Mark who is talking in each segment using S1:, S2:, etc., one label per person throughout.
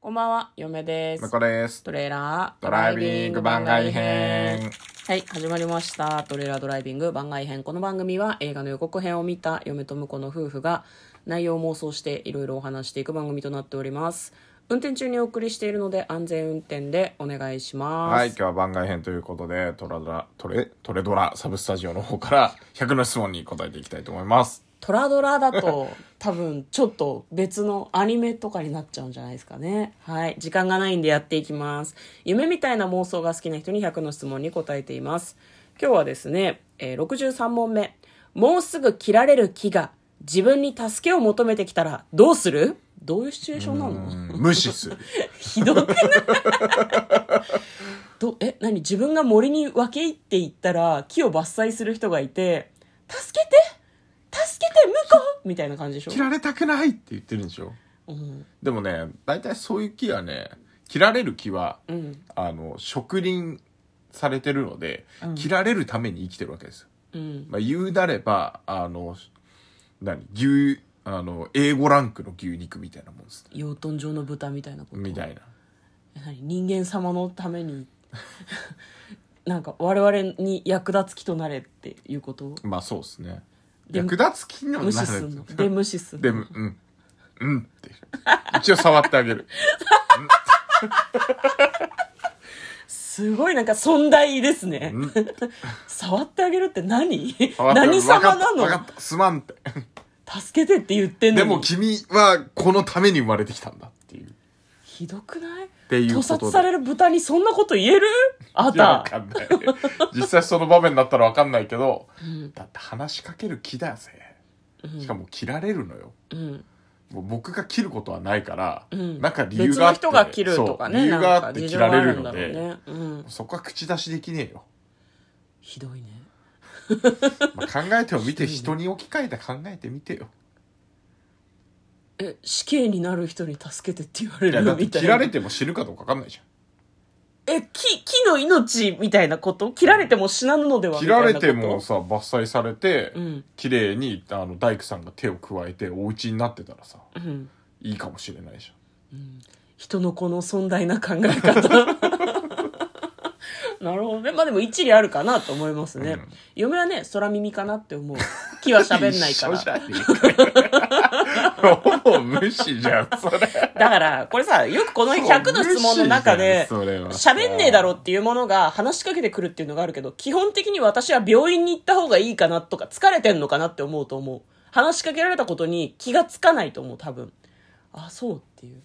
S1: こんばんは、嫁で
S2: 向
S1: す
S2: こ。うです。
S1: トレーラー
S2: ドライビング番外編。
S1: はい、始まりました。トレーラードライビング番外編。この番組は映画の予告編を見た嫁と婿の夫婦が内容を妄想していろいろお話していく番組となっております。運転中にお送りしているので安全運転でお願いします。
S2: はい、今日は番外編ということで、トラドラ、トレ、トレドラサブスタジオの方から100の質問に答えていきたいと思います。
S1: トラドラだと多分ちょっと別のアニメとかになっちゃうんじゃないですかねはい時間がないんでやっていきます夢みたいな妄想が好きな人に100の質問に答えています今日はですね、えー63問目もうすぐ切られる木が自分に助けを求めてきたらどうするどういうシチュエーションな
S2: う
S1: の
S2: ん、無視する。
S1: ひどくない どえ何自分が森に分け入っていったら木を伐採する人がいて「助けて助けて向こう!」みたいな感じでしょ
S2: 切られたくないって言ってるんでしょ。
S1: うん
S2: でもね、大体そういう木はね、切られる木は、
S1: うん
S2: あの、植林されてるので、
S1: うん
S2: 切られるために生きてるわけですよ。
S1: うん
S2: まあ、言うなれば、あの、何、牛、あの、A5 ランクの牛肉みたいなもんです。
S1: 養豚場の豚みたいなこと
S2: みたいな。
S1: え何人間様のために なんか我々に役立つ木となれっていうこと
S2: まあそうですね。
S1: で
S2: 役立つ機能
S1: 無視すんので無視すん
S2: で
S1: の
S2: も、うん。うんって。一応触ってあげる。
S1: すごいなんか存在ですね
S2: うん
S1: 触ってあげるって何
S2: 触ってあげ
S1: 何
S2: る
S1: 様な
S2: わかったわ
S1: の
S2: かった。すまんって。
S1: 助けてって言ってんの
S2: で
S1: に
S2: も君はこのために生まれてきたんだっていう。
S1: ひどくない
S2: ていうこ
S1: 屠
S2: とで
S1: 殺される豚にそんなこと言えるあ
S2: いやわ
S1: た
S2: かんない。実際その場面になったらわかんないけど、
S1: うん
S2: だって話しかける気だぜ。
S1: うん
S2: しかも切られるのよ。
S1: うん
S2: もう僕が切ることはないから、
S1: うん
S2: なんか理由があって。
S1: 別の人が切るとかね
S2: そう理由
S1: なん
S2: があ
S1: か
S2: って
S1: 事
S2: 切
S1: 情が
S2: ら
S1: あ
S2: れ
S1: る
S2: る
S1: んだ
S2: の
S1: ろう
S2: で、
S1: ね、うん、
S2: そこは口出しできねえよ。
S1: ひどいね
S2: まあ、考えても 見て、人に置き換えて考えてみてよ。
S1: え死刑になる人に助けてって言われ
S2: い や、だ
S1: る
S2: って
S1: みたい
S2: 切
S1: な
S2: られても死ぬかどうかわかんないじゃん。
S1: え木木の命みたいなこと切られても死なぬのでは
S2: 切られて
S1: みたいなこ
S2: も
S1: と
S2: さ伐採されて、
S1: うん
S2: 綺麗にあの大工さんが手を加えてお家になってたらさ
S1: うん
S2: いいかもしれないじ
S1: 人のこの尊大な考え方 なるほどねまあでも一理あるかなと思いますね、
S2: うん
S1: 嫁はね空耳かなって思う木は
S2: ゃん
S1: 喋んないから
S2: 一緒じゃねえかよほぼ無視じゃん それ
S1: だから、これさ、よく この100の質問の中で、
S2: そう無視だよそれは
S1: 喋んねえだろっていうものが話しかけてくるっていうのがあるけど、基本的に私は病院に行った方がいいかなとか、疲れてんのかなって思うと思う。話しかけられたことに気がつかないと思う、多分。あ、そうっていう。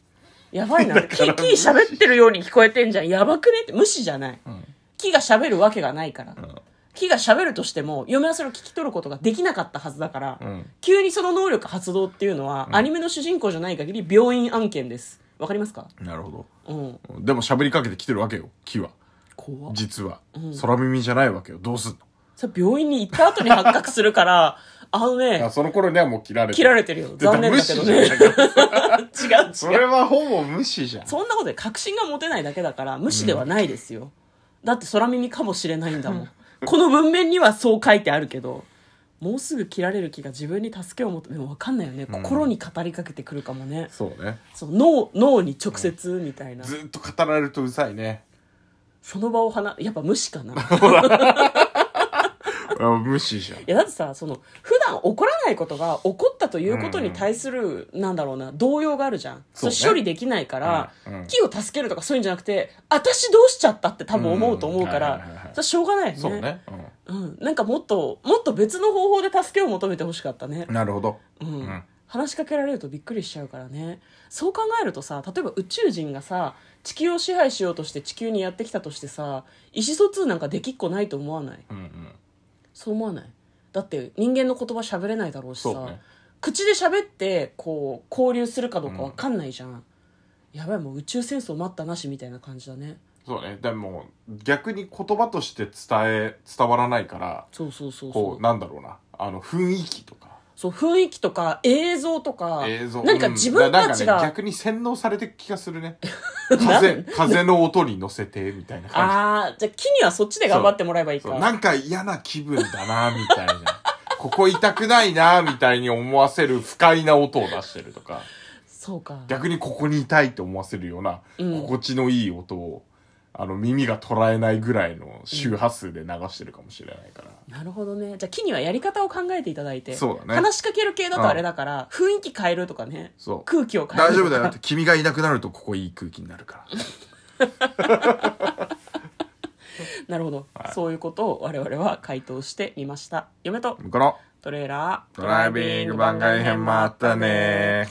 S1: やばいな。キーキー喋ってるように聞こえてんじゃん。やばくねって無視じゃない。木が喋るわけがないから。木が喋るとしても、嫁はそれを聞き取ることができなかったはずだから、
S2: ん
S1: 急にその能力発動っていうのは、アニメの主人公じゃない限り病院案件です。わかりますか
S2: なるほ
S1: うん。
S2: どでも喋りかけてきてるわけよ木は
S1: 怖っ
S2: 実は、空耳じゃないわけよどうすん
S1: それ病院に行った後に発覚するから、あの
S2: のあ
S1: ね、
S2: その頃にはもう切られて
S1: 切られてるよ。
S2: でだ
S1: 残念だけどね。違
S2: 無
S1: う
S2: 視じゃん そ
S1: 違う。
S2: れはほぼ無視じゃん
S1: そんなことで確信が持てないだけだから、無視ではないですよ。だって空耳かもしれないんだもん。 この文面にはそう書いてあるけど、もうすぐ切られる気が自分に助けを求め、でもわかんないよね。心に語りかけてくるかもね。
S2: そうね
S1: そう脳脳に直接みたいな、
S2: ずーっと語られるとうざいね
S1: その場を離やっぱ無視かない
S2: あ無視じゃん
S1: やだってさその普段怒らないことが起こったということに対する、なんだろうな動揺があるじゃんそ
S2: そ
S1: れ処
S2: うね
S1: 理できないから、
S2: うんうん
S1: 木を助けるとかそういうんじゃなくて私どうしちゃったって多分思うと思うか
S2: うんはいはいはい
S1: ら
S2: はい
S1: それしょうがないよね
S2: そうね、うん
S1: うん、なんかもっともっと別の方法で助けを求めてほしかったね
S2: なるほど。
S1: うん
S2: うん
S1: 話しかけられるとびっくりしちゃうからねそう考えるとさ例えば宇宙人がさ地球を支配しようとして地球にやってきたとしてさ意思疎通なんかできっこないと思わない
S2: うんうん。
S1: そう思わないだって人間の言葉喋れないだろうしさ
S2: そうね
S1: 口で喋ってこう交流するかどうかわかんないじゃん、やばいもう宇宙戦争待ったなしみたいな感じだね
S2: そうね。でも、逆に言葉として伝え、伝わらないから、
S1: そうそうそうそう
S2: こう、なんだろうな。あの、雰囲気とか、
S1: そう雰囲気とか映像とか
S2: 映像。
S1: 何か
S2: うん
S1: 自分
S2: だ
S1: たち
S2: なんかね
S1: が、
S2: 逆に洗脳されてる気がする ね。風、風の音に乗せて、みたいな感
S1: ああじゃあ木にはそっちで頑張ってもらえばいい
S2: じ。
S1: か
S2: そうなんか嫌な気分だな、みたいな。ここ痛くないな、みたいに思わせる不快な音を出してるとか。
S1: そうか
S2: 逆にここにいたいと思わせるような、
S1: うん
S2: 心地のいい音をあの耳が捉えないぐらいの周波数で流してるかもしれないから、
S1: なるほどねじゃあ木にはやり方を考えていただいて
S2: そうだね
S1: 話しかける系だとあれだから、雰囲気変えるとかね
S2: そう
S1: 空気を変え
S2: 大
S1: る
S2: 丈夫
S1: とか
S2: だよだって君がいなくなるとここいい空気になるから
S1: なるほど、そういうことを我々は回答してみました嫁と
S2: この
S1: トレーラー
S2: ドライビング番外編もあったね